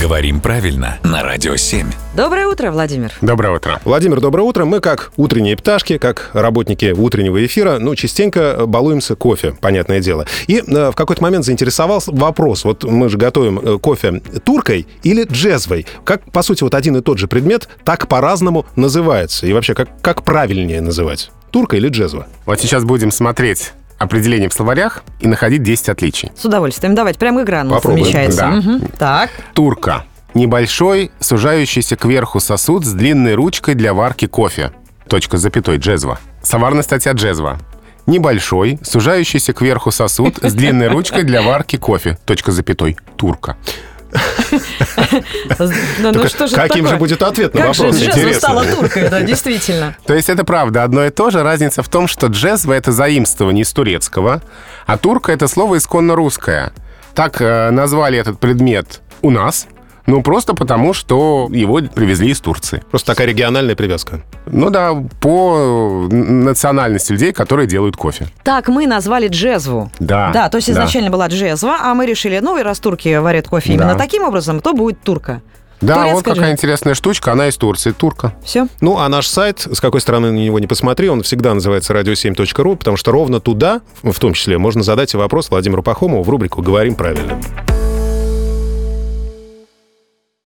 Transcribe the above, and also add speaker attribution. Speaker 1: Говорим правильно на Радио 7.
Speaker 2: Доброе утро, Владимир.
Speaker 3: Доброе утро. Владимир, доброе утро. Мы, как утренние пташки, как работники утреннего эфира, ну, частенько балуемся кофе, понятное дело. И э, в какой-то момент заинтересовался вопрос. Вот мы же готовим э, кофе туркой или джезвой. Как, по сути, вот один и тот же предмет так по-разному называется? И вообще, как, как правильнее называть? Турка или джезва?
Speaker 4: Вот сейчас будем смотреть определение в словарях и находить 10 отличий.
Speaker 2: С удовольствием. Давайте, прям игра у нас
Speaker 3: Попробуем,
Speaker 2: намечается.
Speaker 4: да.
Speaker 2: Мгм. Так,
Speaker 4: Турка. Небольшой, сужающийся кверху сосуд с длинной ручкой для варки кофе. Точка с запятой джезва. Словарная статья джезва. Небольшой, сужающийся кверху сосуд с длинной ручкой для варки кофе. Точка с запятой. Турка.
Speaker 2: ну, ну
Speaker 3: Только
Speaker 2: что же это
Speaker 3: Каким
Speaker 2: такое?
Speaker 3: же будет ответ на
Speaker 2: Как же
Speaker 3: вопрос?
Speaker 2: джезва
Speaker 3: Интересно.
Speaker 2: стала туркой, да, действительно.
Speaker 4: То есть это правда одно и то же. Разница в том, что джезва — это заимствование из турецкого, а турка — это слово исконно русское. Так э, назвали этот предмет у нас, ну просто потому, что его привезли из Турции.
Speaker 3: Просто такая региональная привязка.
Speaker 4: Ну да, по э, национальности людей, которые делают кофе.
Speaker 2: Так, мы назвали джезву.
Speaker 4: Да.
Speaker 2: Да, то есть
Speaker 4: Да.
Speaker 2: изначально была джезва, а мы решили, ну, и раз турки варят кофе именно
Speaker 4: Да.
Speaker 2: таким образом, то будет турка.
Speaker 4: Да,
Speaker 2: Турецкая
Speaker 4: вот какая
Speaker 2: же.
Speaker 4: интересная штучка, она из Турции, турка.
Speaker 2: Все?
Speaker 3: Ну, а наш сайт, с какой стороны на него не посмотри, он всегда называется radio7.ru, потому что ровно туда, в том числе, можно задать и вопрос Владимиру Пахомову в рубрику «Говорим правильно».